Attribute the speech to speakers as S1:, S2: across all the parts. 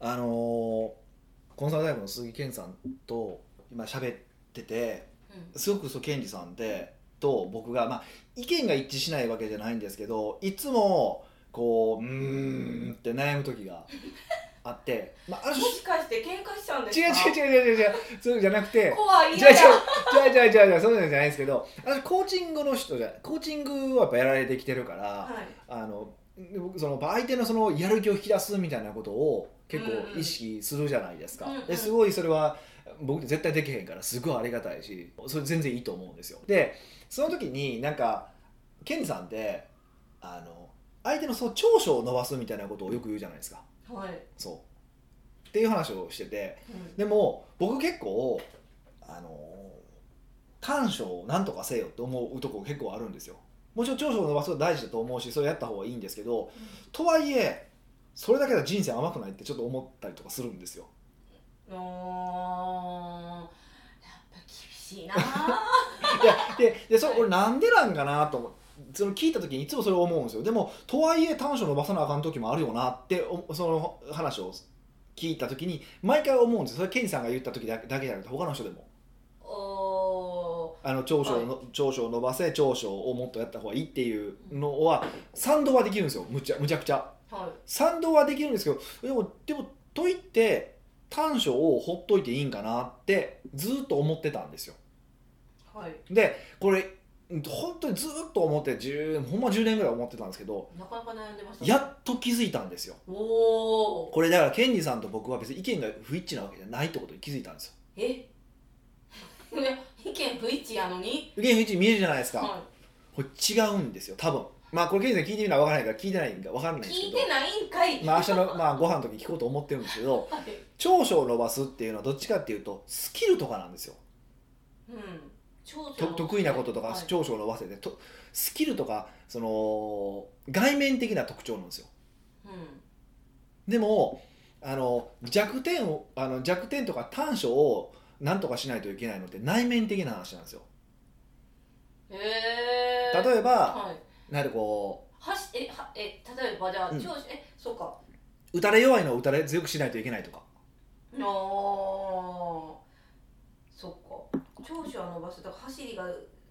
S1: あのーコンサルタイムの鈴木健さんと今喋ってて
S2: うん
S1: すごくそう健二さんでと僕が、まあ、意見が一致しないわけじゃないんですけどいつもこううーんって悩む時があ って、まあ、ある
S2: もしかして喧嘩しちゃうんです
S1: 種違
S2: か
S1: う
S2: う
S1: 違う違う違う違うそうじゃなくて
S2: 怖い
S1: 違う
S2: 嫌だ
S1: 違う違う違う違う違うそうじゃないんですけど私コーチングの人じゃコーチングはやっぱやられてきてるから、
S2: はい
S1: あの僕その相手のそのやる気を引き出すみたいなことを結
S2: うんう
S1: 構
S2: ん
S1: 意識するじゃないですか、
S2: うんうん
S1: ですごいそれは僕絶対できへんからすごいありがたいしそれ全然いいと思うんですよでその時になんかケンジさんってあの相手のその長所を伸ばすみたいなことをよく言うじゃないですか
S2: はい、
S1: そうっていう話をしてて
S2: うん
S1: でも僕結構あの短所をなんとかせよって思うとこ結構あるんですよもちろん長所を伸ばすこと大事だと思うしそれやった方がいいんですけどとはいえそれだけでは人生甘くないってちょっと思ったりとかするんですよ
S2: うんあーやっぱ厳しいなあ
S1: いやででそれ
S2: はい
S1: 俺なんでなんかなと思ってその聞いた時にいつもそれを思うんですよでもとはいえ短所伸ばさなあかん時もあるよなっておその話を聞いた時に毎回思うんですよそれケンジさんが言った時だけだけじゃなくて他の人でも
S2: お
S1: あの長所をの、長所を伸ばせ長所をもっとやった方がいいっていうのは賛同はできるんですよむちゃむちゃくちゃ
S2: ーはい
S1: 賛同はできるんですけどでもでもといって短所をほっといていいんかなってずっと思ってたんですよ
S2: はい
S1: でこれ本当にずっと思って10ほんま10年ぐらい思ってたんですけど
S2: なかなか悩んでましたね
S1: やっと気づいたんですよ
S2: おお
S1: これだからケンジさんと僕は別に意見が不一致なわけじゃないってことに気づいたんですよ
S2: えいや意見不一致やのに
S1: 意見不一致に見えるじゃないですか、
S2: は
S1: これ違うんですよ多分まあこれケンジさん聞いてみたら分からないから聞いてないんか分からない
S2: い
S1: んです
S2: 聞
S1: け
S2: い
S1: ど
S2: てないんかい
S1: まあ明日の、まあ、ご飯の時聞こうと思ってるんですけど
S2: はい
S1: 長所を伸ばすっていうのはどっちかっていうとスキルとかなんですよ
S2: うん長
S1: と
S2: 所
S1: 得意なこととか
S2: はい
S1: 長所を伸ばせて、とスキルとかその外面的な特徴なんですよ
S2: うん
S1: でもあの弱点をあの弱点とか短所を何とかしないといけないのって内面的な話なんですよ
S2: へえ
S1: 例えば
S2: はい
S1: なんかこ
S2: はしえはえ例えばじゃあ
S1: うん
S2: 長所えそうか
S1: う打たれ弱いのを打たれ強くしないといけないとか
S2: あーそっか長所は伸ばすとか走りが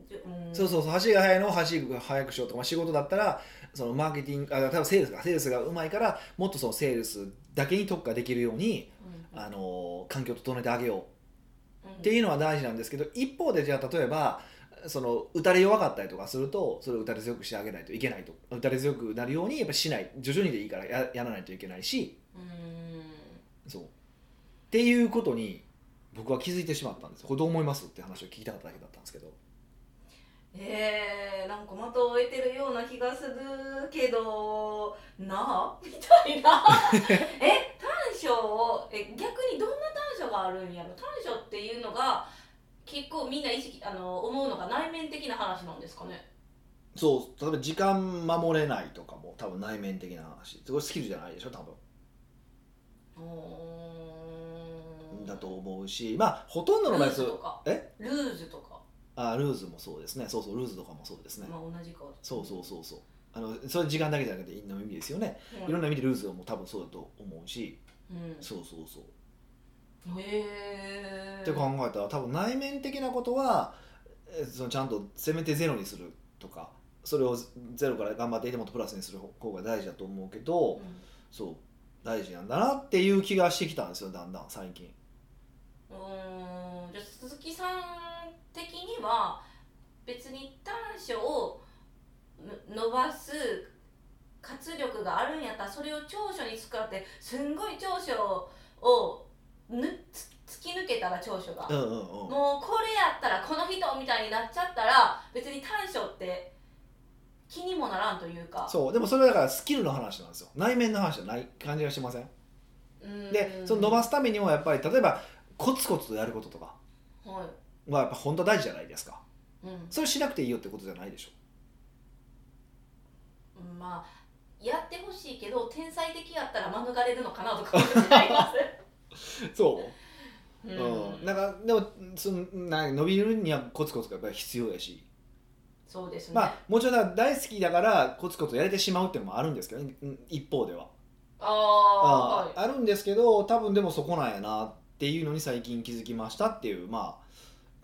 S2: じゅうん
S1: そうそうそう走りが速いのを走りが速くしようとか、まあ、仕事だったらそのマーケティングあ多分セールスがセールスがうまいからもっとそのセールスだけに特化できるように、
S2: うん
S1: あの環境を整えてあげよう
S2: うん
S1: っていうのは大事なんですけど一方でじゃあ例えばその打たれ弱かったりとかするとそれを打たれ強くしてあげないといけないと打たれ強くなるようにやっぱしない徐々にでいいからややらないといけないし
S2: うん
S1: そうっていうことに僕は気づいてしまったんですよこれどう思いますって話を聞きたかっただけだったんですけど
S2: えー、なんか的を得てるような気がするけどなあ みたい なえ短所をえ逆にどんな短所があるんやろ短所っていうのが結構みんな意識あの思うのが内面的な話なんですかね
S1: そう例えば時間守れないとかも多分内面的な話すごいスキルじゃないでしょ多
S2: うー
S1: 分
S2: ん
S1: だと思うしまあほとんどの場合
S2: ルーズと
S1: そう
S2: か
S1: え
S2: ルーズとか、
S1: あルーズもそうですねそうそうルーズとかもそうですね、
S2: まあ同じか
S1: そうそうそうそうあのそれ時間だけじゃなくていろんな意味ですよね、
S2: うん
S1: いろんな意味でルーズも多分そうだと思うし、
S2: うん
S1: そうそうそう、
S2: へえ
S1: って考えたら多分内面的なことはえーそのちゃんとせめてゼロにするとかそれをゼロから頑張っていてもっとプラスにする方が大事だと思うけど、そう大事なんだなっていう気がしてきたんですよだんだん最近
S2: うーんじゃあ鈴木さん的には別に短所をの伸ばす活力があるんやったらそれを長所に使ってすんごい長所をぬつ突き抜けたら長所が、
S1: うんうんうん
S2: もうこれやったらこの人みたいになっちゃったら別に短所って気にもならんというか
S1: そうでもそれはだからスキルの話なんですよ内面の話じゃない感じがしません
S2: うーん
S1: でその伸ばすためにもやっぱり例えばコツコツとやることとか
S2: は
S1: はやっぱ本当は大事じゃないですか
S2: い、うん
S1: それしなくていいよってことじゃないでしょ
S2: うんまあやってほしいけど天才的やったら免れるのかなとか思ってないます
S1: そうう、
S2: ん
S1: うん、なんかでもそのなんか伸びるにはコツコツがやっぱり必要やし、
S2: そうですね、
S1: まあもちろんだから大好きだからコツコツやれてしまうっていうのもあるんですけど、ね、うん一方では
S2: あ
S1: あ
S2: ー
S1: あるんですけど多分でもそこなんやなっていうのに最近気づきましたっていうまあ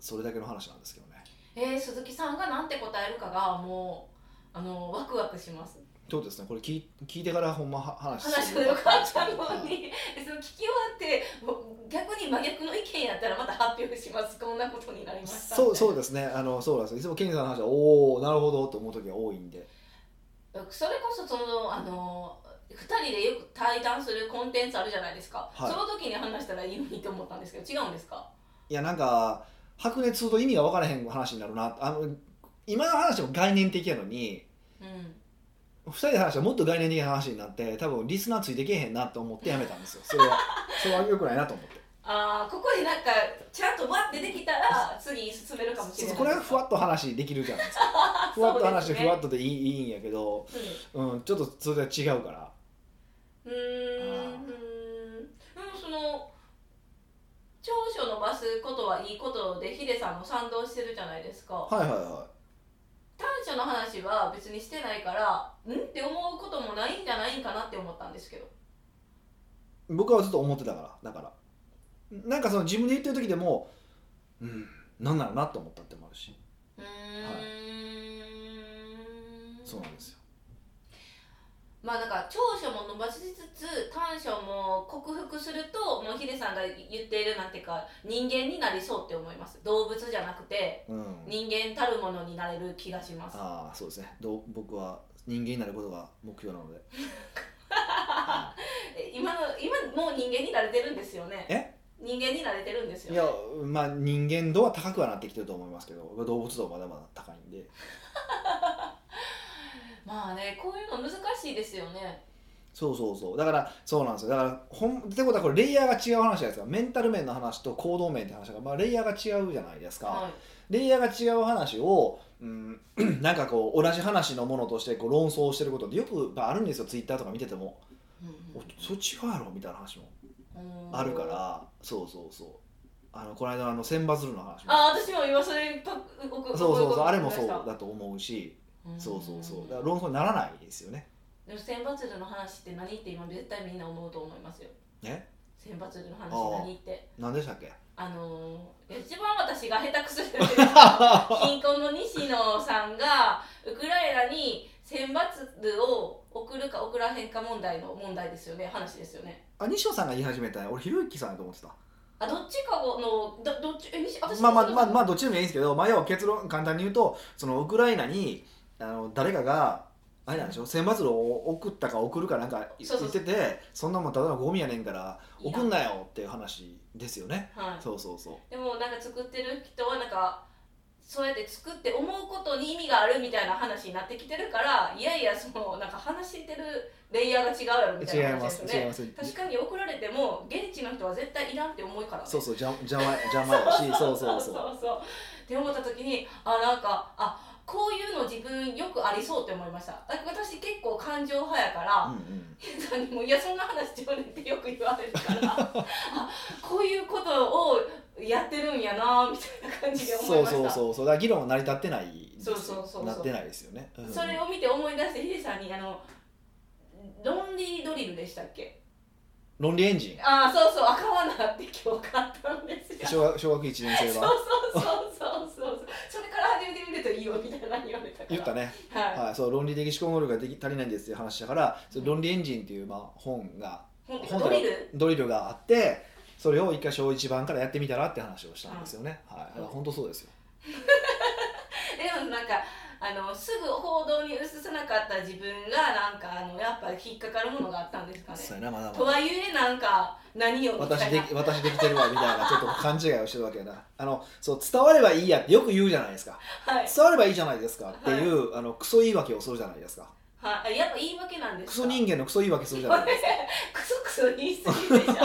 S1: それだけの話なんですけどね
S2: えー、鈴木さんがなんて答えるかがもうあのワクワクします
S1: そうですねこれ聞い聞いてからほんまは話
S2: 話が
S1: る
S2: よかったのにその聞き終わってもう逆に真逆の意見やったらまた発表しますこんなことになりました
S1: そうそう
S2: で
S1: ですねあのそうなんですよいつもケンジさんの話はおおなるほどと思う時が多いんで
S2: それこそそのあの2人でよく対談するコンテンツあるじゃないですか、
S1: はい
S2: その時に話したらいいのにと思ったんですけど違うんですか
S1: いやなんか白熱すると意味が分からへん話になるなあの今の話も概念的やのに
S2: うん
S1: 2人で話したらもっと概念的な話になって多分リスナーついてけへんなと思ってやめたんですよそれ はそれは良くないなと思って
S2: ああここでなんかちゃんとわってできたら次に進めるかもしれない
S1: これはふわっと話できるじゃないです かふわっと話してふわっとでいい,、いいんやけど、
S2: うん
S1: うん、ちょっとそれは違うから
S2: うーんでもその長所伸ばすことはいいことでヒデさんも賛同してるじゃないですか
S1: はいはいは
S2: 短所の話は別にしてないからんって思うこともないんじゃないんかなって思ったんですけど
S1: い僕はずっと思ってたからだからなんかその自分で言ってる時でもうんなんなのなと思ったってもあるし
S2: うーん、
S1: そうなんですよ
S2: まあなんか長所も伸ばしつつ短所も克服するともうヒデさんが言っているなんていうか人間になりそうって思います動物じゃなくて
S1: うん
S2: 人間たるものになれる気がします
S1: ああそうですねどう僕は人間になることが目標な ので
S2: え今の今もう人間に慣れてるんですよね
S1: え
S2: 人間に慣れてるんですよ
S1: い
S2: ね
S1: やまあ人間度は高くはなってきてると思いますけど動物度はまだまだ高いんで
S2: まあねこういうの難しいですよね
S1: そうそうそうだからそうなんですよだからほんってことはこれレイヤーが違う話じゃないですかメンタル面の話と行動面って話が、まあ、レイヤーが違うじゃないですか、
S2: は
S1: レイヤーが違う話を、うん なんかこう同じ話のものとしてこう論争してることってよく、まあ、あるんですよツイッターとか見てても
S2: い、
S1: 「おそっち違うやろ」みたいな話も
S2: うん
S1: あるから、そうそうそうあのこの間あの千羽鶴の話も
S2: あ私も今それパッおこ
S1: そうそう
S2: お
S1: そう
S2: こ
S1: あれも
S2: 思
S1: そ
S2: いう出した
S1: だと思うし
S2: ん
S1: そうそうそうだから論争にならないですよね
S2: でも千羽鶴の話って何って今絶対みんな思うと思いますよ
S1: え
S2: 千羽鶴の話
S1: ああ
S2: 何って
S1: 何でしたっけ
S2: あのーいや一番私が下手くそじゃないですか 貧困の西野さんがウクライナに千羽鶴を送るか送らへんか問題の問題ですよね話ですよね
S1: あ西野さんが言い始めたね俺ひろゆきさんやと思ってた
S2: あどっちかのどどっちえ西私
S1: まあまあまあまあどっちでもいいんですけど、まあ、要は結論簡単に言うとそのウクライナにあの誰かがあれなんでしょ千羽鶴を送ったか送るかなんか言
S2: そうそう
S1: っ
S2: そ
S1: ててそんなもんただのゴミやねんから
S2: いや
S1: 送んなよっていう話ですよね
S2: はい
S1: そうそうそう
S2: でもなんか作ってる人はなんかそうやって作って思うことに意味があるみたいな話になってきてるからいやいやそのなんか話してるレイヤーが違うや ろみたい
S1: 違い
S2: な話
S1: ま
S2: ですすよ
S1: 違い
S2: ね
S1: ます
S2: 確かに怒られても現地の人は絶対いらんって思うからね
S1: そうそう邪邪魔邪魔や しそうそう
S2: そ
S1: そう
S2: うそうそうって思った時にあなんかあこういうの自分よくありそうって思いましただから私結構感情派やから、
S1: うんうん
S2: さんに も「いやそんな話ちゃうねん」ってよく言われるからあこういうことをやってるんやなみたいな感じで思
S1: そ
S2: いうました
S1: そうそうそうだから議論は成り立ってないですよ
S2: そうそうそうそう
S1: なってないですよね、うん
S2: それを見て思い出してヒデさんにあのロンリードリルでしたっけ
S1: 論理エンジン
S2: ああそうそう赤わなって今日買ったんです
S1: 小
S2: よ
S1: 学小学1年
S2: そう
S1: 生
S2: そう
S1: は
S2: そうそうそうそれから始めてみるといいよみたいなの言われたから
S1: 言ったね
S2: はい
S1: はい、そう論理的思考能力ができ足りないんですっていう話だから「その論理エンジン」っていう、まあ、本が
S2: 本
S1: 本
S2: 当に
S1: と
S2: ド
S1: か
S2: リル
S1: ドリルがあってそれを一回小一番からやってみたらって話をしたんですよね、はいだから本当そうですよ
S2: でもなんかあのすぐ報道に移さなかった自分がなんかあのやっぱ引っかかるものがあったんですかね
S1: そうやなまだ
S2: と
S1: まだ
S2: はいえなんか何をみた
S1: 私
S2: いな
S1: でき私できてるわみたいなちょっと勘違いをしてるわけやなあのそう伝わればいいやってよく言うじゃないですか
S2: はい、
S1: 伝わればいいじゃないですかっていう、あのクソ言い訳をするじゃないですか
S2: はい、やっぱ言い訳なんです
S1: ク
S2: か
S1: ソ人間のクソ言い訳するじゃないですか
S2: クソクソ言い過ぎでしょ でもやっ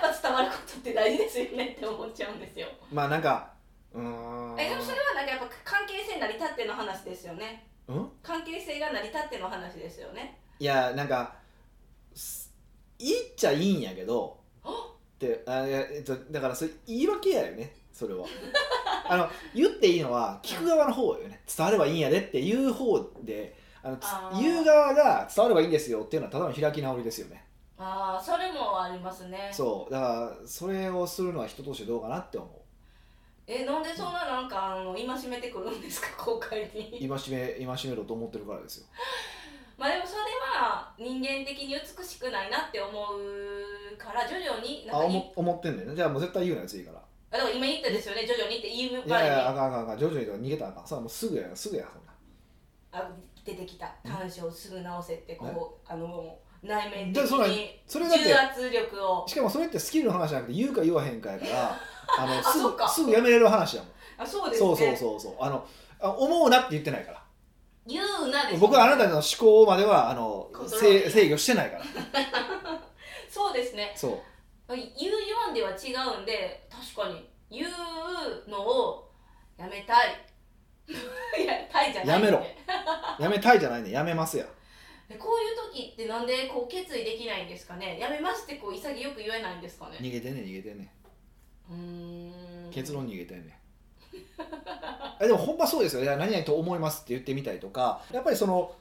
S2: ぱ伝わることって大事ですよねって思っちゃうんですよ
S1: まあなんかうーん
S2: えでもそれはなんかやっぱ関係性成り立っての話ですよね
S1: うん
S2: 関係性が成り立っての話ですよね
S1: いやなんかすいいっちゃいいんやけど
S2: あ
S1: ってあいやえっとだからそれ言い訳やよねそれは あの言っていいのは聞く側の方よね伝わればいいんやでっていう方であのつ
S2: あー
S1: 言う側が伝わればいいんですよっていうのはただの開き直りですよね
S2: ああそれもありますね
S1: そうだからそれをするのは人としてどうかなって思う
S2: えなんでそんななんかあの戒めてくるんですか 公開に
S1: 戒め戒めろと思ってるからですよ
S2: まあでもそれは人間的に美しくないなって思うから徐々に
S1: あ
S2: なんかい
S1: 思思ってんだよねじゃあもう絶対言うなよ次から
S2: あだから今言ったですよね徐々にって言う
S1: い
S2: 前
S1: やい
S2: に
S1: やあかんあかんあかん徐々にとか逃げたらあかんそれはもうすぐやすぐやそんな
S2: あ出てきた短所をすぐ直せってこうあの内面
S1: じゃ
S2: 的
S1: あそら
S2: に
S1: それだって
S2: 重圧力を
S1: しかもそれってスキルの話じゃなくて言うか言わへんかやから あのす
S2: そっか
S1: ぐすぐやめれる話やもん
S2: あそうですね
S1: そうそうそうそうあのあ思うなって言ってないから
S2: 言うなですね
S1: 僕はあなたの思考まではあの
S2: コントロー
S1: 制
S2: ル
S1: 制御してないから
S2: そうですね
S1: そう
S2: 言うようでは違うんで確かに言うのをやめたい いやたいじゃないんで
S1: やめろやめたいじゃないねやめますや
S2: えこういう時ってなんでこう決意できないんですかねやめますってこう潔く言えないんですかね
S1: 逃げてんねん逃げてんね
S2: うーん
S1: ん結論逃げてんねんえでもほんまそうですよねいや何々と思いますって言ってみたりとかやっぱりその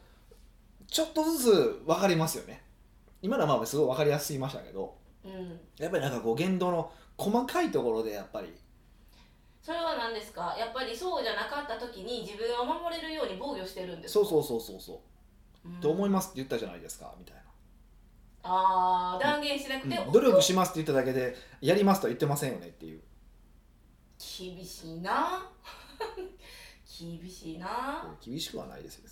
S1: ちょっとずつ分かりますよね今のはまあすごい分かりやすすぎましたけど
S2: うん
S1: やっぱりなんかこう言動の細かいところでやっぱり
S2: それは何ですかやっぱりそうじゃなかった時に自分を守れるように防御してるんです
S1: そう
S2: か
S1: そうそうそうそう
S2: う、ん、
S1: と思いますって言ったじゃないですかみたいな
S2: ああ断言しなくて、
S1: うん努力しますって言っただけでやりますとは言ってませんよねっていう
S2: 厳しいな 厳しいな
S1: 厳しくはないですよ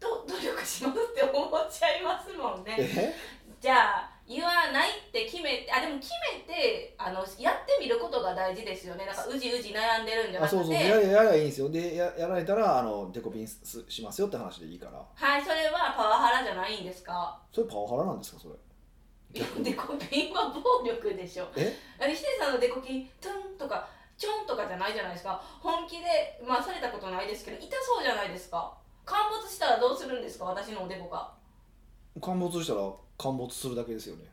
S2: と努力しますって思っちゃいますもんね
S1: え
S2: じゃあ言わないって決めてあでも決めてあのやってみることが大事ですよねなんかうじうじ悩んでるんじゃ
S1: あ
S2: なくて
S1: そうそうややりゃいいんですよでややられたらあのデコピンすしますよって話でいいから
S2: はいそれはパワハラじゃないんですか
S1: それパワハラなんですかそれ
S2: いやデコピンは暴力でしょ
S1: え
S2: あれヒデさんのデコピントゥンとかチョンとかじゃないじゃないですか本気でまあされたことないですけど痛そうじゃないですか陥没したらどうするんですか私のおでこが
S1: 陥没したら陥没するだけですよね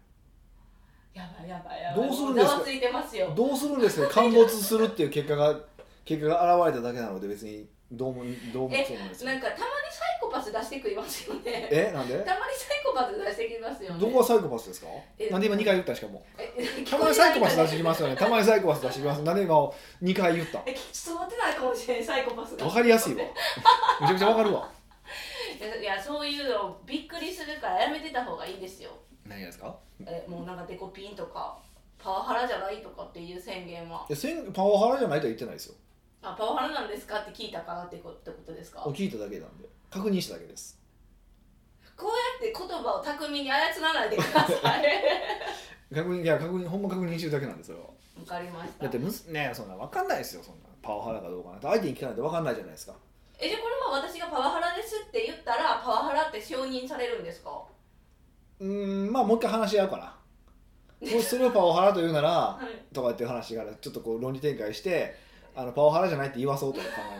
S2: やばいやばいやばい
S1: どうするんですか
S2: ざわついてますよ
S1: どうするんですか陥没するっていう結果が結果が現れただけなので別にどうもどうもそうなんですよ
S2: なんかたまにサイコパス出してくいますよね
S1: えなんで
S2: たまにサイコパス出してきますよね
S1: どこがサイコパスですか
S2: え
S1: なんで今2回言ったんしかも
S2: え
S1: たまにサイコパス出してきますよねたまにサイコパス出してきますなんで今2回言った
S2: えちょっと待ってないかもしれないサイコパスが
S1: わかりやすいわめちゃくちゃわかるわ
S2: いやいやそういうのびっくりするからやめてた方がいいですよ
S1: 何がですか
S2: えもうなんかデコピンとかパワハラじゃないとかっていう宣言はい
S1: やせんパワハラじゃないとは言ってないですよ
S2: あパワハラなんですかって聞いたからってことってことですかこ
S1: 聞いただけなんで確認しただけです
S2: うやって言葉を巧みに操らないでく ださい
S1: 確認いや確認ほんま確認してるだけなんですよ
S2: わかりました
S1: だってむすねそんな分かんないですよそんなパワハラかどうかなんて相手に聞かないと分かんないじゃないですか
S2: えじゃあこれは私がパワハラですって言ったらパワハラって承認されるんですか
S1: うーんまあもう一回話し合うかなもしそれをパワハラと言うなら
S2: はい
S1: とかっていう話からちょっとこう論理展開してあのパワハラじゃないって言わそうと考え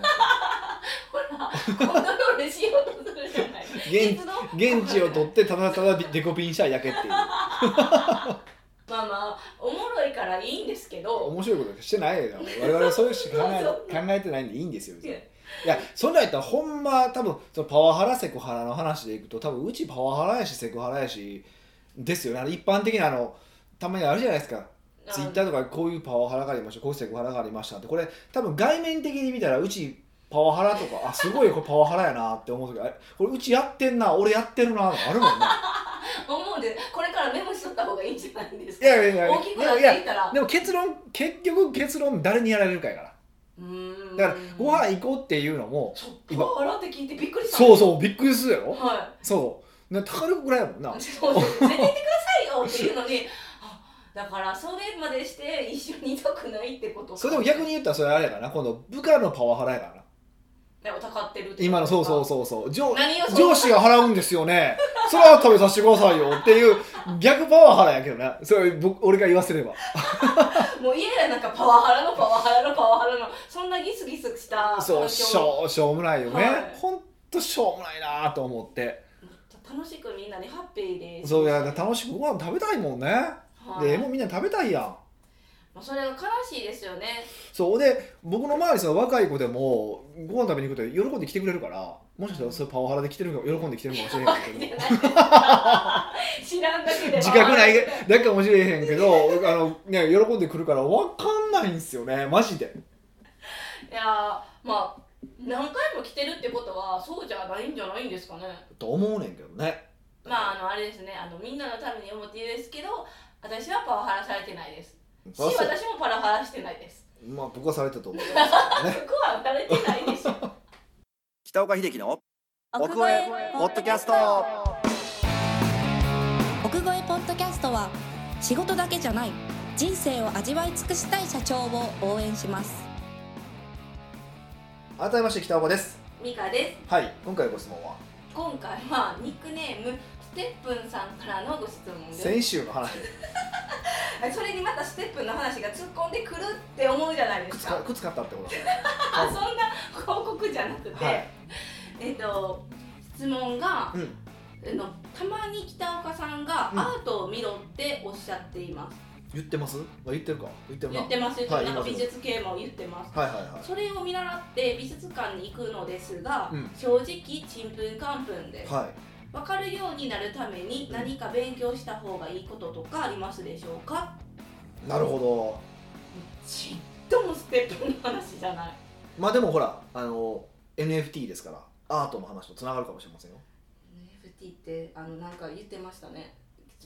S1: ます
S2: ほらこのようにしようとするじゃない
S1: 現
S2: 別の
S1: 現地を取ってただただデコピンしただけっていう
S2: まあまあおもろいからいいんですけど
S1: 面白いことしてないよ我々はそういうしか考え考えてないんでいいんですよ別に
S2: いや
S1: いやそんなんやったらほんま多分そのパワハラセクハラの話でいくと多分うちパワハラやしセクハラやしですよねあの一般的なあのたまにあるじゃないですかツイッターとかでこういうパワハラがありましたこういうセクハラがありましたってこれ多分外面的に見たらうちパワハラとかあすごいこれパワハラやなって思う時あれこれうちやってんな俺やってるなとかあるもんね
S2: 思うんでこれからメモしとった方がいいんじゃないんです
S1: い
S2: か
S1: やいやいや
S2: 大きくなっ
S1: い
S2: て
S1: や
S2: い
S1: い
S2: ったら
S1: やでも結論結局結論誰にやられるかやから
S2: うーん
S1: だからご飯行こうっていうのも
S2: そうパワハラって聞いてびっくりした
S1: そうそうびっくりするやろ
S2: はい
S1: そうな宝くぐらいやもんな
S2: そう連れてってくださいよっていうのにあだからそれまでして一緒にいたくないってことか
S1: それでも逆に言ったらそれあれやからな今度部下のパワハラやからな
S2: でもたかってるってこと
S1: 今のそうそうそうそう上
S2: 何をそう
S1: 上司が払うんですよねそれは食べさせてくださいよっていう逆パワハラやけどなそれ僕俺が言わせれば
S2: もう家でなんかパワハラのパワハラのパワハラのそんなギスギスした
S1: そう
S2: 環
S1: し
S2: 境
S1: ょうしょうもないよね、
S2: はい
S1: ほんとしょうもないなと思って
S2: 楽しくみんなでハッピーです
S1: そういや楽しくご飯食べたいもんね
S2: はい
S1: でもみんな食べたいやん
S2: まあ、それが悲しいですよ ね
S1: そうで僕の周りさ若い子でもご飯食べに行くと喜んで来てくれるからもしかしたらそれパワハラで来てるの喜んで来てるかもしれない けど
S2: 知らんだけで
S1: 自覚ないだけかもしれへんけどあの、ね、喜んでくるから分かんないんですよねマジで
S2: いやーまあ何回も来てるってことはそうじゃないんじゃないんですかね
S1: と思うねんけどね
S2: まああのあれですねあのみんなのために思って言うんですけど私はパワハラされてないですし
S1: まあ
S2: 私
S1: そう
S2: もパワハラしてないです
S1: まあ僕はされたと思います
S2: そ
S1: け
S2: こ
S1: どね
S2: はされてないでしょ
S1: 北岡秀樹の奥越えポッドキャスト
S3: 奥越えポッドキャストは仕事だけじゃない人生を味わい尽くしたい社長を応援します
S1: 改めまして北岡です
S2: ミカです
S1: はい今回ご質問は
S2: 今回はニックネームステップンさんからのご質問です
S1: 先週の話
S2: それにまたステップンの話が突っ込んでくるって思うじゃないで
S1: 靴
S2: す
S1: か
S2: か
S1: 靴買ったってことだね
S2: あそんな報告じゃなくて、
S1: はい
S2: えっと質問が、
S1: うん
S2: あのたまに北岡さんが
S1: うん
S2: アートを見ろっておっしゃっています、
S1: 言ってますあ言ってるか言ってるなは
S2: 言っ
S1: い
S2: てますよ、
S1: はい
S2: なんか
S1: 言い
S2: 美
S1: ますよ
S2: 術系も言ってます
S1: はいはい
S2: それを見習って美術館に行くのですが、
S1: うん
S2: 正直ちんぷんかんぷんです、
S1: はい
S2: 分かるようになるために何か勉強した方がいいこととかありますでしょうか
S1: なるほど
S2: ちっともステップの話じゃない
S1: まあでもほらあの NFT ですからアートの話とつながるかもしれませんよ
S2: NFT ってあのなんか言ってましたね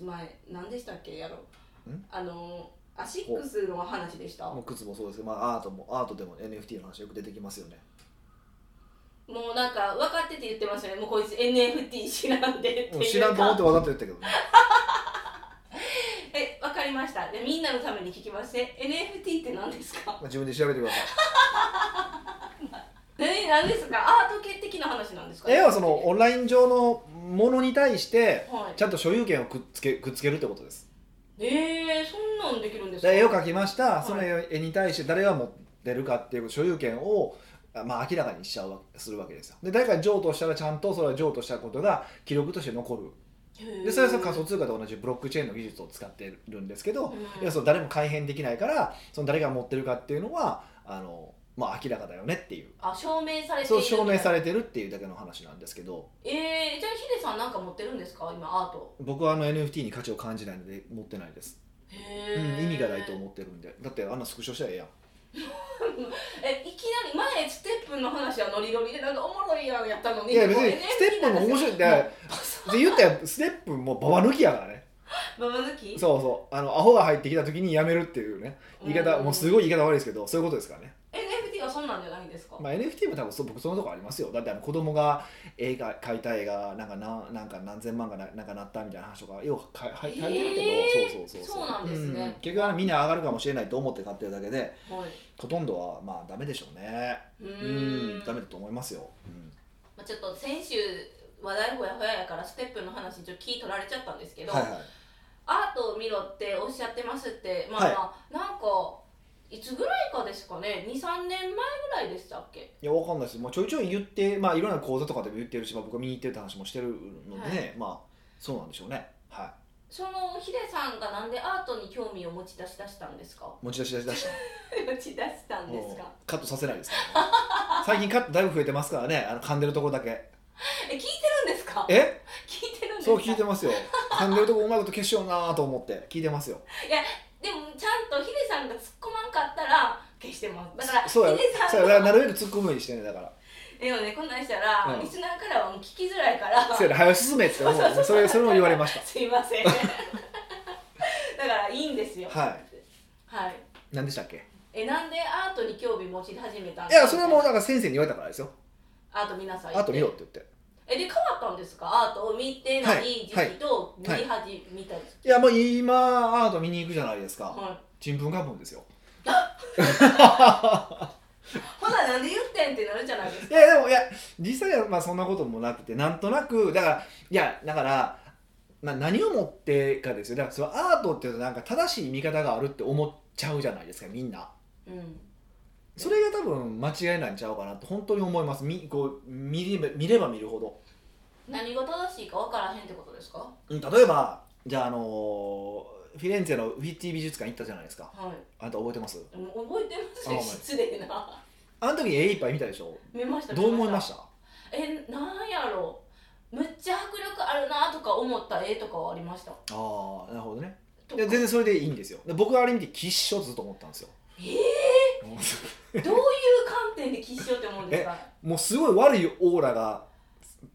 S2: 前何でしたっけやろ
S1: ん
S2: あのアシックスの話でした
S1: も
S2: も
S1: う靴もそうですけど、まあ、アートもアートでも NFT の話よく出てきますよね
S2: うなんか分かってて言ってましたねもうこいつ NFT 知らんでって
S1: もう
S2: い
S1: 知
S2: うから
S1: んと思ってわざと言ったけどね
S2: え分かりましたでみんなのために聞きまして NFT って何ですか
S1: まあ自分で調べてください
S2: え何ですかアート系的な話なんですか
S1: 絵はそのオンライン上のものに対して
S2: はい
S1: ちゃんと所有権をくっつけくっつけるってことです
S2: えー、そんなんできるんですか
S1: で絵を描きました
S2: い
S1: その絵に対して誰が持ってるかっていう所有権をあまあ明らかにしちゃうわするわけですよで誰かに譲渡したらちゃんとそれは譲渡したことが記録として残るでそれはその仮想通貨と同じブロックチェーンの技術を使ってるんですけど、
S2: うん
S1: いやその誰も改変できないからその誰が持ってるかっていうのはあの、まあ、明らかだよねっていう
S2: あ証明されている
S1: そう証明さ
S2: れ
S1: れてるっていうだけの話なんですけど
S2: えー、じゃあヒデさんなんか持ってるんですか今アート
S1: 僕はあの NFT に価値を感じないので持ってないです、
S2: へ
S1: うん、
S2: ー
S1: 意味がないと思ってるんでだってあんなスクショしたらええやん
S2: えいきなり前ステップンの話はノリノリでなんかおもろいやんやったのに
S1: いや別
S2: もう
S1: に
S2: NFT
S1: ステップも面白いって
S2: なん
S1: で言った らステップもババ抜きやからね
S2: ババ抜き
S1: そうそうあのアホが入ってきた時にやめるっていうね言い方もうす
S2: い
S1: ごい言い方悪いですけどそういうことですからね
S2: NFT はそんなんじゃないんですか、
S1: まあ、NFT も多分そ僕そのとこありますよだってあの子供が映画買いたいがなんか何なんか何千万がななんかなったみたいな話とかよく買い買い買いてるけど、
S2: えー
S1: そうそうそう
S2: そうなんですね
S1: ん結局はみんな上がるかもしれないと思って買ってるだけで
S2: はい
S1: ほとんどはまあダメでしょうね
S2: うー
S1: うんんダメだと思いますよ、うん
S2: まあ、ちょっと先週話題ほやほややからステップンの話にちょっと気取られちゃったんですけど、
S1: はいはい
S2: アートを見ろっておっしゃってますってまあ、
S1: はい
S2: まあなんかいつぐらいかですかね23年前ぐらいでしたっけ
S1: いやわかんないです、まあ、ちょいちょい言って、まあ、いろんな講座とかでも言ってるし、まあ、僕は見に行ってるって話もしてるので、
S2: は
S1: まあそうなんでしょうねは
S2: そのヒデさんがなんでアートに興味を持ち出し出したんで すか
S1: い持ち出し出し出した
S2: 持ち出したんです
S1: も
S2: か
S1: うカットさせないですからね最近カットだいぶ増えてますからねあの噛んでるところだけ
S2: え聞いてるんですか
S1: え
S2: 聞いてるんですか
S1: そう聞いてますよ噛んでるとこうまいこと消しようなと思って聞いてますよ
S2: でもちゃんとヒデさんが突っ込まんかったら消してますだから
S1: そうや
S2: ヒデさ
S1: そ
S2: ん
S1: うやな
S2: の
S1: るべく突っ込むようにしてねだから
S2: 絵をねこんなんしたら、
S1: うん
S2: リスナーからはもう聞きづらいから
S1: そうや早進めって思うよねそれそれも言われました
S2: すいませんだからいいんですよ
S1: はい
S2: はい
S1: 何でしたっけ
S2: えなんでアートに興味持ち始めたん
S1: いやそれはもうなんか先生に言われたからですよ
S2: アート見なさいって
S1: あと見ろって言って
S2: えで変わったんですかアートを見てな
S1: はいい
S2: 時期と見始めたり
S1: いやもう今アート見に行くじゃないですか
S2: はい
S1: ちんぷんかんぷんですよ
S2: ほななんで言ってんってなるじゃないです
S1: い
S2: か
S1: やでもいや実際はまあそんなこともなくてなんとなくだからいやだから、まあ、何をもってかですよだからそのアートっていうとなんか正しい見方があるって思っちゃうじゃないですかみんな
S2: うん
S1: それが多分間違いなんちゃうかなと本当に思いますみこう見れば見れば見るほど
S2: 何が正しいか分からへんってことですか
S1: うん例えばじゃああのーフィレンツェのフィッティ美術館行ったじゃないですか
S2: は
S1: あなた覚えてます
S2: い、もう覚えてます
S1: あ
S2: よ
S1: お前
S2: 失礼な
S1: あの時絵いっぱい見たでしょ
S2: 見ました
S1: どう思いました
S2: えなんやろむっちゃ迫力あるなとか思った絵とかはありました
S1: ああなるほどね
S2: と
S1: い
S2: か
S1: や全然それでいいんですよで僕があれ見て吉祥ずっと思ったんです よ
S2: えー、どういう観点で喫しようって思うんですか
S1: もうすごい悪いオーラが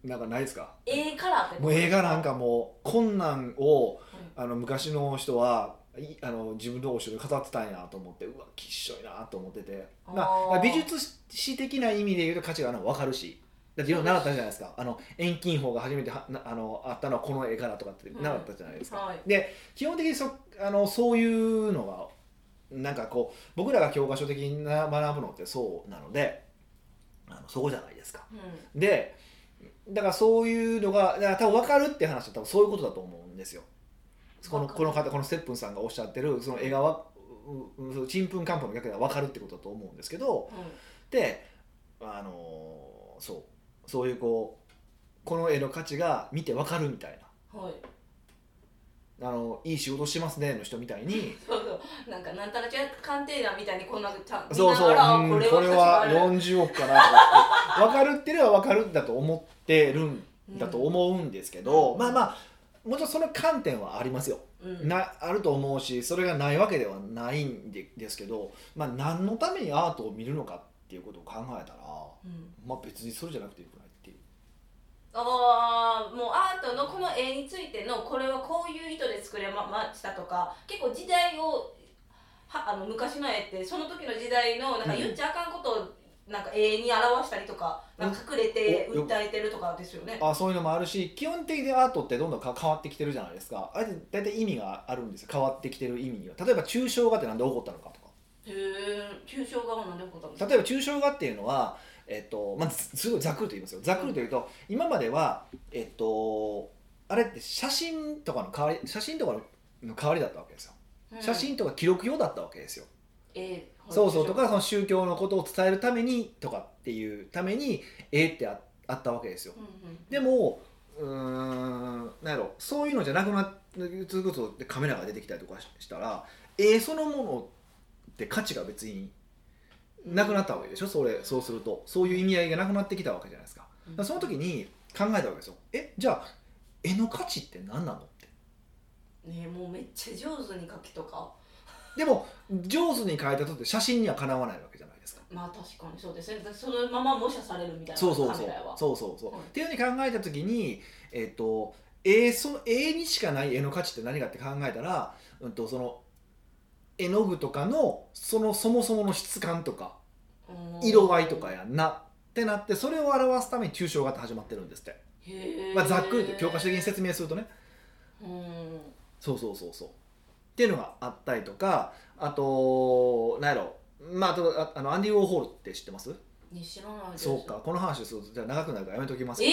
S1: なんかないですか
S2: 絵からってこと
S1: もう映画なんかもう困難を
S2: うん
S1: あの昔の人はいあの自分のお城で語ってたんやなと思ってうわきっしょいなと思ってて、まあ
S2: あー
S1: まあ美術史的な意味で言うと価値があるのは分かるしだっていろいろ習ったじゃないですかあの遠近法が初めてはなあのあったのはこの絵からとかって
S2: うん
S1: 習ったじゃないですか、
S2: はい
S1: 基本的にそあのそういうのがなんかこう僕らが教科書的な学ぶのってそうなのであのそこじゃないですか。
S2: う
S1: でだからそういうのがだから多分分かるって話は多分そういうことだと思うんですよ。この
S2: わかる
S1: この方このステップンさんがおっしゃってるその絵側うううちんぷんかんぷんの逆では分かるってことだと思うんですけど
S2: んうん
S1: であのーそうそういうこうこの絵の価値が見て分かるみたい
S2: はい、
S1: なあのいい仕事してますねの人みたいに
S2: そうそうなんかなんたらちゃ鑑定団みたいにこんなちゃんと
S1: そうそう、
S2: 見ながら
S1: うん
S2: これ
S1: これは
S2: は
S1: 40億かなとかって分かるっていうのは分かるんだと思ってるんだと思うんですけど、
S2: うん
S1: まあまあもちろんその観点はありますよ、
S2: うん
S1: なあると思うしそれがないわけではないんでですけど、まあ、何のためにアートを見るのかっていうことを考えたら、
S2: うん
S1: まあ、別にそれじゃなくてよくないっていう
S2: あーもうアートのこの絵についてのこれはこういう意図で作れまましたとか結構時代をはあの昔の絵ってその時の時代のなんか
S1: うん
S2: 言っちゃあかんことをなんか絵に表したりとかなんか隠れて
S1: およ
S2: 訴えてるとかですよね。
S1: あそういうのもあるし基本的にアートってどんどんか変わってきてるじゃないですかあれって大体意味があるんですよ変わってきてる意味には例えば抽象画ってなんで起こったのかとか
S2: へえ抽象画は何で起こったんですか
S1: 例えば抽象画っていうのは、えっとまあ、すすごいざっくりと言いますよざっくりと言うと、今までは、えっと、あれって写真とかの代わり写真とかの代わりだったわけですよ
S2: うん
S1: 写真とか記録用だったわけですよ、
S2: 絵
S1: そうそうとかその宗教のことを伝えるためにとかっていうために絵ってああったわけですよ
S2: うんうん
S1: でもうーんなんやろそういうのじゃなくなってそれこそカメラが出てきたりとかしたら絵そのものって価値が別になくなったわけでしょそれそうするとそういう意味合いがなくなってきたわけじゃないですかだからその時に考えたわけですよえじゃあ絵の価値って何なのって
S2: ねもうめっちゃ上手に描きとか
S1: でも上手に描いたとって写真にはかなわないわけじゃないですか
S2: まあ確かにそうですねそのまま模写されるみたいな
S1: そうそうそ
S2: カ
S1: う
S2: メラは
S1: そうそうそう、
S2: うん
S1: っていうふうに考えた時にえっ、と絵その絵にしかない絵の価値って何かって考えたら、うん、とその絵の具とかのそのそもそもの質感とか
S2: うん
S1: 色合いとかやんなってなってそれを表すために抽象画って始まってるんですって、
S2: へー
S1: まあ、ざっくりと教科書的に説明するとね
S2: うん
S1: そうそうそうそうっていうのがあったりとかあと何やろまあ、あとああのアンディ・ウォーホルって知ってます
S2: ね知らないです
S1: そうかこの話するとじゃあ長くなるからやめときます
S2: え
S1: けど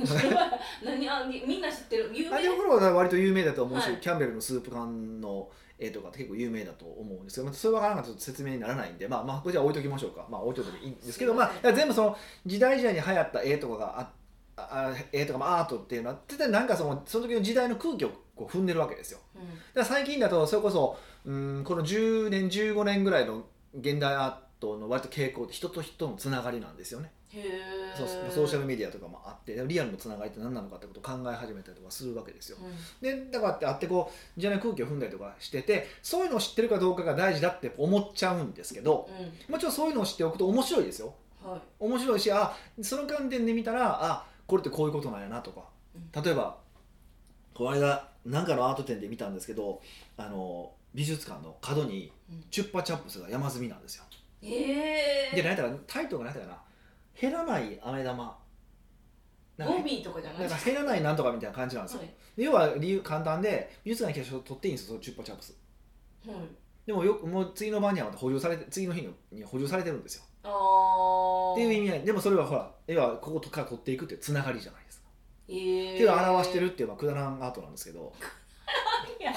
S2: えー、嘘 何あみみんな知ってる有名
S1: アンディ・ウォーホルは割と有名だと思うし、
S2: はい
S1: キャンベルのスープ缶の絵とかって結構有名だと思うんですけど、まあ、それはなんかったらちょっと説明にならないんで、まあ、まあこれじゃあ置いときましょうか、まあ、置いといてもいいんですけど
S2: すいま
S1: ま
S2: せ
S1: あ、
S2: ん
S1: 全部その時代時代に流行った絵とかがあああ絵とかまあアートっていうのは絶対なんかそのその時の時代の空気をこう踏んでるわけですよ
S2: うん
S1: だから最近だとそれこそうんこの10年15年ぐらいの現代アートの割と傾向って人と人のつながりなんですよね
S2: へえ
S1: そうソーシャルメディアとかもあってリアルのつながりって何なのかってことを考え始めたりとかするわけですよでだからってあってこうじゃない空気を踏んだりとかしててそういうのを知ってるかどうかが大事だって思っちゃうんですけど
S2: うん、うん
S1: もちろんそういうのを知っておくと面白いですよ
S2: はい
S1: 面白いしあその観点で見たらあこれってこういうことなんやなとか
S2: うん
S1: 例えばこの間何かのアート展で見たんですけどあの美術館の角に
S2: うん
S1: チュッパチャップスが山積みなんですよ
S2: え
S1: で
S2: え
S1: 何やったらタイトルが何やったかな「減らない飴玉」なん
S2: 語
S1: か
S2: 尾とかじゃない
S1: なんか減らないなんとかみたいな感じなんですよ
S2: はい
S1: 要は理由簡単で美術館に化粧取っていいんですよそのチュッパチャップス
S2: はい
S1: でもよくもう次の晩にはまた補充されて次の日に補充されてるんですよ
S2: ああ
S1: っていう意味合いでもそれはほら要はこことから取っていくっていうつながりじゃないですか、
S2: ええ
S1: っていうのを表してるっていうまあくだらんアートなんですけど、
S2: いやへ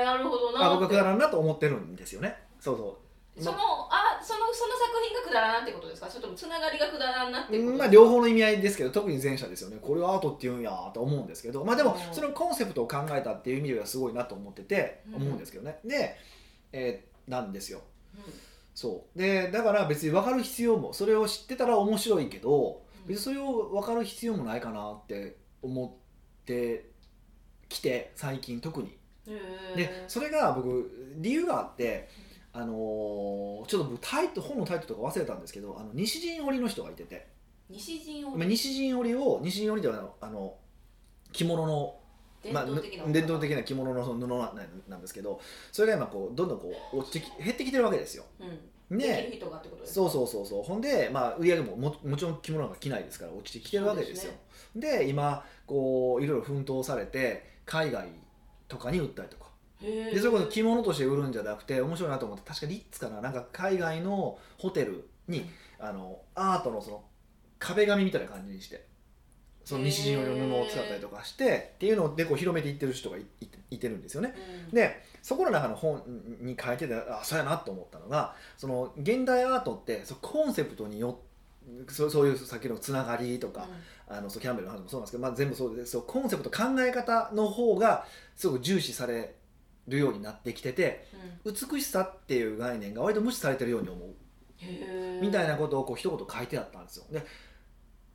S2: えなるほどな
S1: まあ、僕はくだらんなと思ってるんですよねそうそう
S2: そのあそのその作品がくだらなってことですかそれともつながりがくだらんなってことですか
S1: まあ、両方の意味合いですけど特に前者ですよねこれをアートって言うんやと思うんですけど、まあ、でも
S2: うん
S1: そのコンセプトを考えたっていう意味ではすごいなと思ってて
S2: うん
S1: 思うんですけどね、で、えーなんですよ
S2: う
S1: そうでだから別に分かる必要もそれを知ってたら面白いけど
S2: ん
S1: 別にそれを分かる必要もないかなって思ってきて最近特に。
S2: へー
S1: でそれが僕理由があってあのーちょっと僕タイト本のタイトルとか忘れたんですけどあの西陣織の人がいてて。
S2: 西陣を
S1: まあ、西陣織を西陣織ではあの着物の
S2: 伝
S1: まあ
S2: 統的な、
S1: ぬ伝統的な着物のその布ななんですけどそれが今こうどんどんこう落ちてき減ってきてるわけですよ。
S2: うん、でき
S1: ね
S2: る人がってことですか
S1: そうそうそうそうほんで、まあ、売り上げもももちろん着物なんか着ないですから落ちてきてるわけですよ。で今こういろいろ奮闘されて海外とかに売ったりとか
S2: へー
S1: でそれこそ着物として売るんじゃなくて面白いなと思って確かリッツかななんか海外のホテルに、
S2: うん
S1: あのアートのその壁紙みたいな感じにしてその西陣織の布を使ったりとかしてっていうのでこう広めていってる人がいいいてるんですよね。
S2: うん
S1: でそこの中の本に書いててあそうやなと思ったのがその現代アートってそのコンセプトによってそうそういうさっきのつながりとか、あのそうキャンベルの話もそうなんですけど、まあ、全部そうですそうコンセプト考え方の方がすごく重視されるようになってきてて
S2: うんうん
S1: 美しさっていう概念が割と無視されてるように思う
S2: へー
S1: みたいなことをこう一言書いてあったんですよで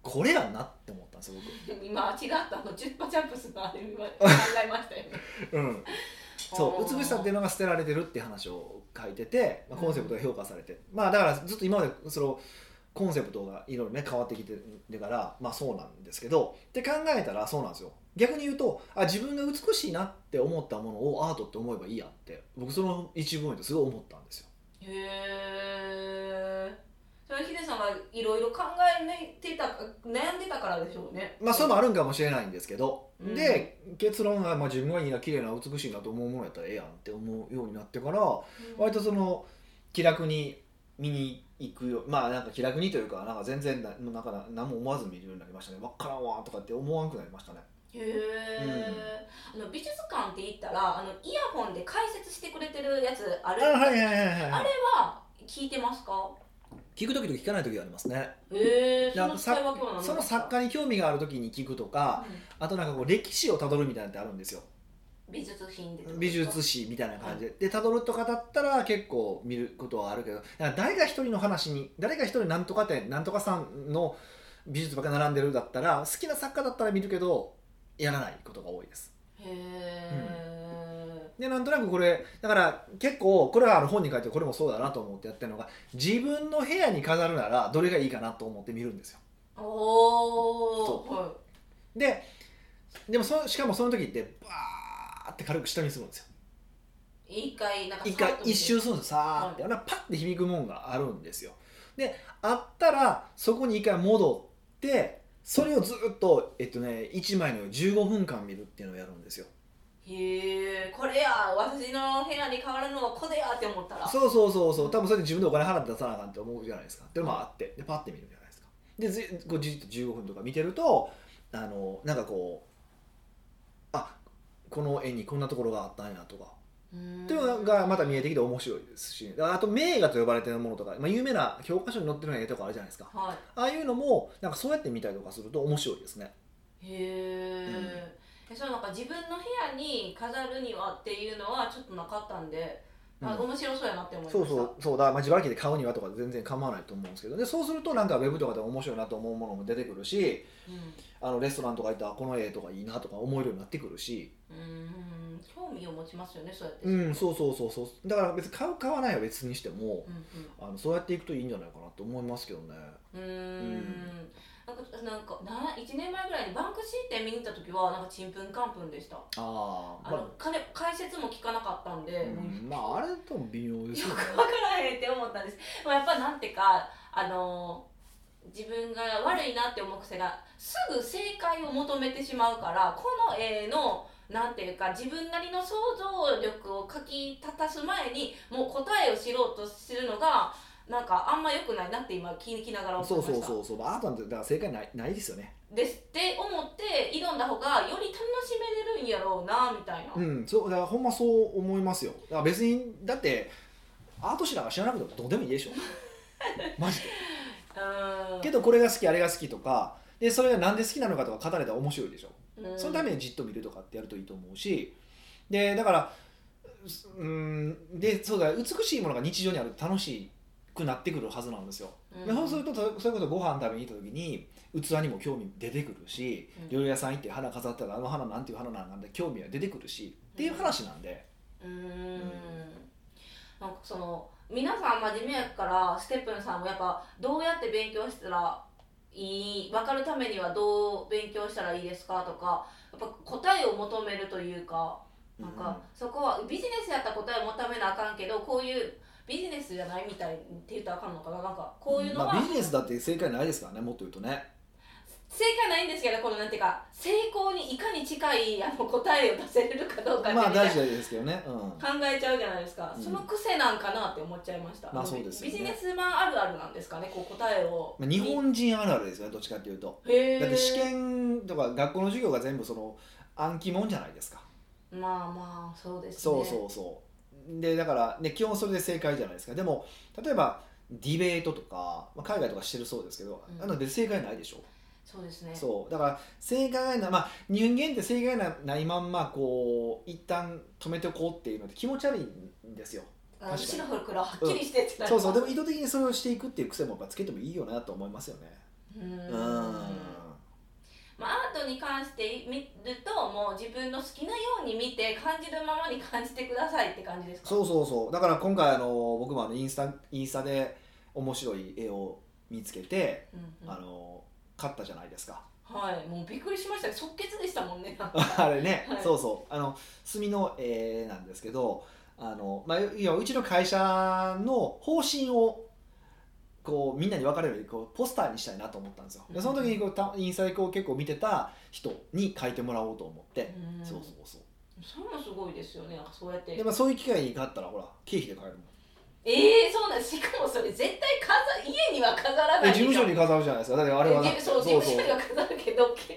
S1: これやんなって思ったんですよ
S2: 今違ったあのチュッパチャンプスのあ れ今考えましたよね
S1: 僕、うん、そう美しさっていうのが捨てられてるって話を書いてて、まあ、コンセプトが評価されて、まあだからずっと今までそのコンセプトがいろいろね変わってきてるからまあそうなんですけどって考えたらそうなんですよ逆に言うとあ自分が美しいなって思ったものをアートって思えばいいやって僕その一文ですごい思ったんですよ
S2: へえそれはヒデさんはいろいろ考えてた悩んでたからでしょうね
S1: まあそれもあるんかもしれないんですけど、
S2: うん
S1: で結論が、まあ、自分がいいな綺麗な美しいなと思うものやったらええやんって思うようになってから
S2: うん
S1: 割とその気楽に見に行くよまあなんか気楽にというかなんか全然ななんか何も思わず見るようになりましたねわっからんわとかって思わんくなりましたね
S2: へえ、あの美術館って言ったらあのイヤホンで解説してくれてるやつあ
S1: あ
S2: る
S1: はいはいはい
S2: あ
S1: はい
S2: れは聞いてますか
S1: 聞く時と聞かない時がありますね
S2: へえその
S1: だ
S2: 使い分けは何
S1: その作家に興味がある時に聞くとかあとなんかこう歴史をたどるみたいなのってあるんですよ
S2: うん美術品で
S1: 美術史みたいな感じででたどるとかだったら結構見ることはあるけどなんか誰が一人の話に誰が一人なんとか店なんとかさんの美術ばっか並んでるだったら好きな作家だったら見るけどやらないことが多いです
S2: へえ、
S1: でなんとなくこれだから結構これはあの本に書いてこれもそうだなと思ってやってるのが自分の部屋に飾るならどれがいいかなと思って見るんですよ
S2: おお
S1: そう
S2: は
S1: ででもそしかもその時ってバーって軽く下にするんですよ
S2: い一回なんか
S1: 一回
S2: さっと見て
S1: 一周するんですよさーって、パッて響くもんがあるんですよであったらそこに一回戻ってそれをずっと、えっとね、1枚の15分間見るっていうのをやるんですよ
S2: へえこれや私の部屋に変わるのはこれやって思ったら
S1: そうそうそうそう多分それで自分でお金払って出さなあかんって思うじゃないですかっていうのもあってでパッて見るじゃないですかでずこうじっと15分とか見てるとあのなんかこうあこの絵にこんなところがあったんやとか
S2: うーん
S1: っていうのがまた見えてきて面白いですしあと名画と呼ばれてるものとか、まあ、有名な教科書に載ってるような絵とかあるじゃないですか
S2: は
S1: ああいうのもなんかそうやって見たりとかすると面白いですね
S2: いへえ、
S1: うん
S2: えそれなんか自分の部屋に飾るにはっていうのはちょっとなかったんで、あ
S1: うん
S2: 面白そうやなって思いました
S1: そうそうそうだ、まあ、自腹機で買うにはとか全然構わないと思うんですけどでそうするとなんかウェブとかでも面白いなと思うものも出てくるし
S2: うん
S1: あのレストランとか行ったらこの絵とかいいなとか思えるようになってくるし
S2: うーん興味を持ちますよねそうやって、
S1: う
S2: うん
S1: んそうそうそうそうだから別に買う買わないは別にしても
S2: うん
S1: あのそうやっていくといいんじゃないかなと思いますけどね
S2: うーんなんかなんかな1年前ぐらいにバンクシー展見に行った時はなんかちんぷんかんぷんでした
S1: ああ
S2: あの、彼解説も聞かなかったんで、
S1: まあ、うんまああれとも微妙です
S2: よ
S1: よ
S2: く
S1: ね
S2: 分からへんって思ったんですまあやっぱなんていうかあの自分が悪いなって思う癖がすぐ正解を求めてしまうからこの絵のなんていうか自分なりの想像力をかき立たす前にもう答えを知ろうとするのがなんかあんま良くないなって今聞きながら思い
S1: そ
S2: ま
S1: う
S2: した
S1: そうそうそうまあアートなんてだから正解ないないですよね
S2: ですって思って挑んだ方がより楽しめれるんやろうなみたいな、
S1: うんそうだからほんまそう思いますよだから別にだってアート知らが知らなくてもどうでもいいでしょマジで
S2: うん
S1: けどこれが好きあれが好きとかでそれがなんで好きなのかとか語れたら面白いでしょそのためにじっと見るとかってやるといいと思うしでだからうんでそうだ美しいものが日常にあると楽しくなってくるはずなんですよ、
S2: うん、
S1: でそうするとそそれこそご飯食べに行った時に器にも興味出てくるし
S2: うん
S1: 料理屋さん行って花飾ったらあの花なんていう花なんだ興味は出てくるしっていう話なんで、
S2: うーんなんかその皆さん真面目やからステップンさんもやっぱどうやって勉強したらいい分かるためにはどう勉強したらいいですかとかやっぱ答えを求めるというかなんかそこはビジネスやったら答えを求めなあかんけどこういうビジネスじゃないみたいって言ったらあかんのかななんかこういうのは、
S1: まあ、ビジネスだって正解ないですからねもっと言うとね
S2: 正解ないんですけどこのなんていうか成功にいかに近いあの答えを出せれるかどうかってみ
S1: まあ
S2: たいな
S1: 大事ですけどね、うん、
S2: 考えちゃうじゃないですか、
S1: うん
S2: その癖なんかなって思っちゃいました、
S1: まあそうですよね
S2: ビジネスマンあるあるなんですかねこう答えを
S1: まあ日本人あるあるですよねどっちかっていうと
S2: へー
S1: だって試験とか学校の授業が全部その暗記もんじゃないですか
S2: まあまあそうですね
S1: そうそうそうでだから、ね、基本それで正解じゃないですかでも例えばディベートとか、まあ、海外とかしてるそうですけど、
S2: うん
S1: なので正解ないでしょ、
S2: そうですね
S1: そうだから正解がない、まあ、人間って正解がないまんまこう一旦止めておこうっていうのって気持ち悪いんですよ
S2: あの
S1: 確かに
S2: 白黒はっきりしてってなり
S1: そう
S2: ます
S1: そうでも意図的にそれをしていくっていう癖もやっぱつけてもいいよなと思いますよね
S2: うーん
S1: うん
S2: まあ、アートに関して見るともう自分の好きなように見て感じるままに感じてくださいって感じですか
S1: そうそうそうだから今回あの僕もあのインスタインスタで面白い絵を見つけて、
S2: うんうん
S1: あの買ったじゃないですか
S2: はいもうびっくりしましたね即決でしたもんねなんか
S1: あれね、
S2: はい
S1: そうそうあの墨の絵なんですけどあの、まあ、いやうちの会社の方針をこうみんなに分かれるようにこうポスターにしたいなと思ったんですよでその時にこうたインスタでこう結構見てた人に書いてもらおうと思って、
S2: うん
S1: そうそうそう
S2: それもすごいですよねなんかそうやって
S1: で、まあ、そういう機会に買ったらほら経費で買えるもん
S2: ええそうなんしかもそれ絶対飾家には飾らない
S1: え事務所に飾るじゃないですかだってあれはな
S2: えじそう
S1: そう
S2: 事
S1: そう
S2: 務所には飾るけどけ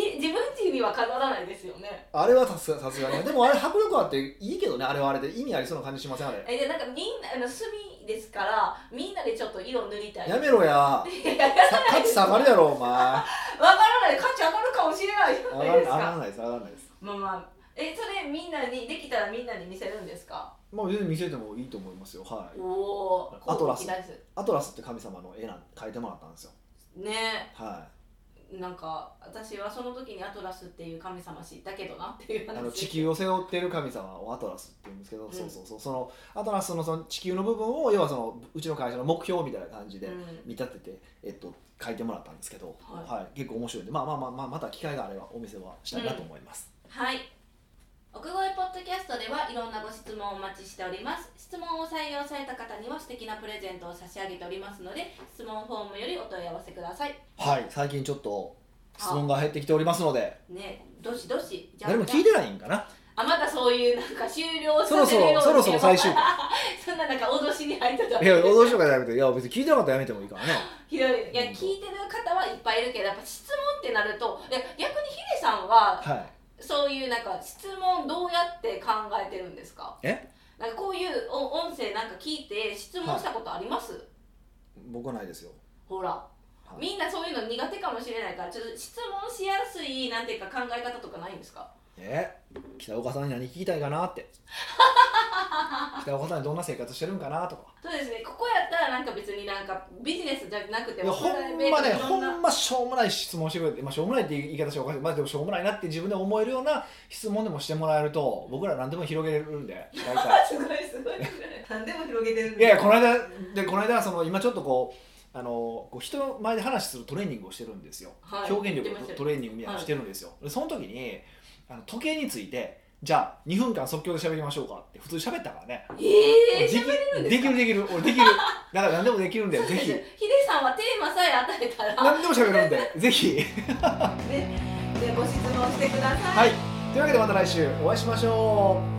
S2: い自分家には飾らないですよね
S1: あれはさすがさすがにでもあれ迫力あっていいけどねあれはあれで意味ありそうな感じしませんあれ
S2: えでなんかみんなあの炭ですからみんなでちょっと色塗りたい
S1: やめろや
S2: いや
S1: さ価値下がるやろお前
S2: 分からない価値上がるかもしれないじゃ
S1: 上が
S2: ない
S1: ら
S2: です
S1: 上がら
S2: か
S1: ないです上がらないです
S2: まあまあえそれみんなにできたらみんなに見せるんですか
S1: まあ別に見せてもいいと思いますよはい
S2: おお
S1: アトラス
S2: 高貴なやつ
S1: アトラスって神様の絵なんて描いてもらったんですよ
S2: ね
S1: は
S2: えなんか私はその時にアトラスっていう神様知ったけどなっていう
S1: い
S2: 話
S1: あの地球を背負ってる神様をアトラスって言うんですけど、
S2: ん
S1: そうそうそうそのアトラスのその地球の部分を要はそのうちの会社の目標みたいな感じで
S2: うん
S1: 見立てて、えっと書いてもらったんですけど、
S2: はい
S1: はい、結構面白いんでまあまあまあまあまた機会があればお店はしたいなと思います、
S2: はい。奥越ポッドキャストではいろんなご質問をお待ちしております。質問を採用された方には素敵なプレゼントを差し上げておりますので、質問フォームよりお問い合わせください。
S1: はい、最近ちょっと質問が減ってきておりますので、
S2: ね、どしどし。じ
S1: 誰も聞いてないんか な。
S2: あ、またそういうなんか終了
S1: そろそろ、そろそろ最終
S2: そんななんか脅しに入ったと
S1: 回。いや、脅しとかじゃなくて、いや、別に聞いてなかったらやめてもいいからね。
S2: ひどい。いや、聞いてる方はいっぱいいるけど、やっぱ質問ってなると、いや逆にヒデさんは、
S1: はい。
S2: そういうなんか質問どうやって考えてるんですか
S1: え
S2: なんかこういうお音声なんか聞いて質問したことあります、
S1: 僕はないですよ。
S2: ほら、
S1: はい
S2: みんなそういうの苦手かもしれないからちょっと質問しやすいなんていうか考え方とかないんですか
S1: え北岡さんに何聞きたいかな って。北岡さんにどんな生活してるんかなとか。
S2: そうですねここやったらなんか別になんかビジネスじゃなくて
S1: いや、
S2: プ
S1: ほ
S2: ライベ
S1: ん
S2: ー
S1: ま
S2: トで
S1: ね、
S2: いろんな
S1: ほんましょうもない質問してくれて、まあ、しょうもないって言い方しておかしい。まあ、でもしょうもないなって自分で思えるような質問でもしてもらえると、僕ら何でも広げれるんで、大体。
S2: すごいすごい何でも広げてるん
S1: いやいやこの間でこの間その今ちょっとこうあのこう人の前で話するトレーニングをしてるんですよ、
S2: はい
S1: 表現力
S2: 言ってまし
S1: の
S2: たよ
S1: トレーニングみたいなのをしてるんですよ、でその時にあの時計についてじゃあ2分間即興で喋りましょうかって普通に喋ったからね
S2: ええ
S1: できできるできる俺できるだから何でもでき るんだよ
S2: そう
S1: ぜ
S2: です
S1: ひ
S2: ヒデさんはテーマさえ与えたら、
S1: 何でも喋るんでぜひ
S2: ね、でご質問してくだ
S1: は
S2: さい
S1: いというわけでまた来週お会いしましょう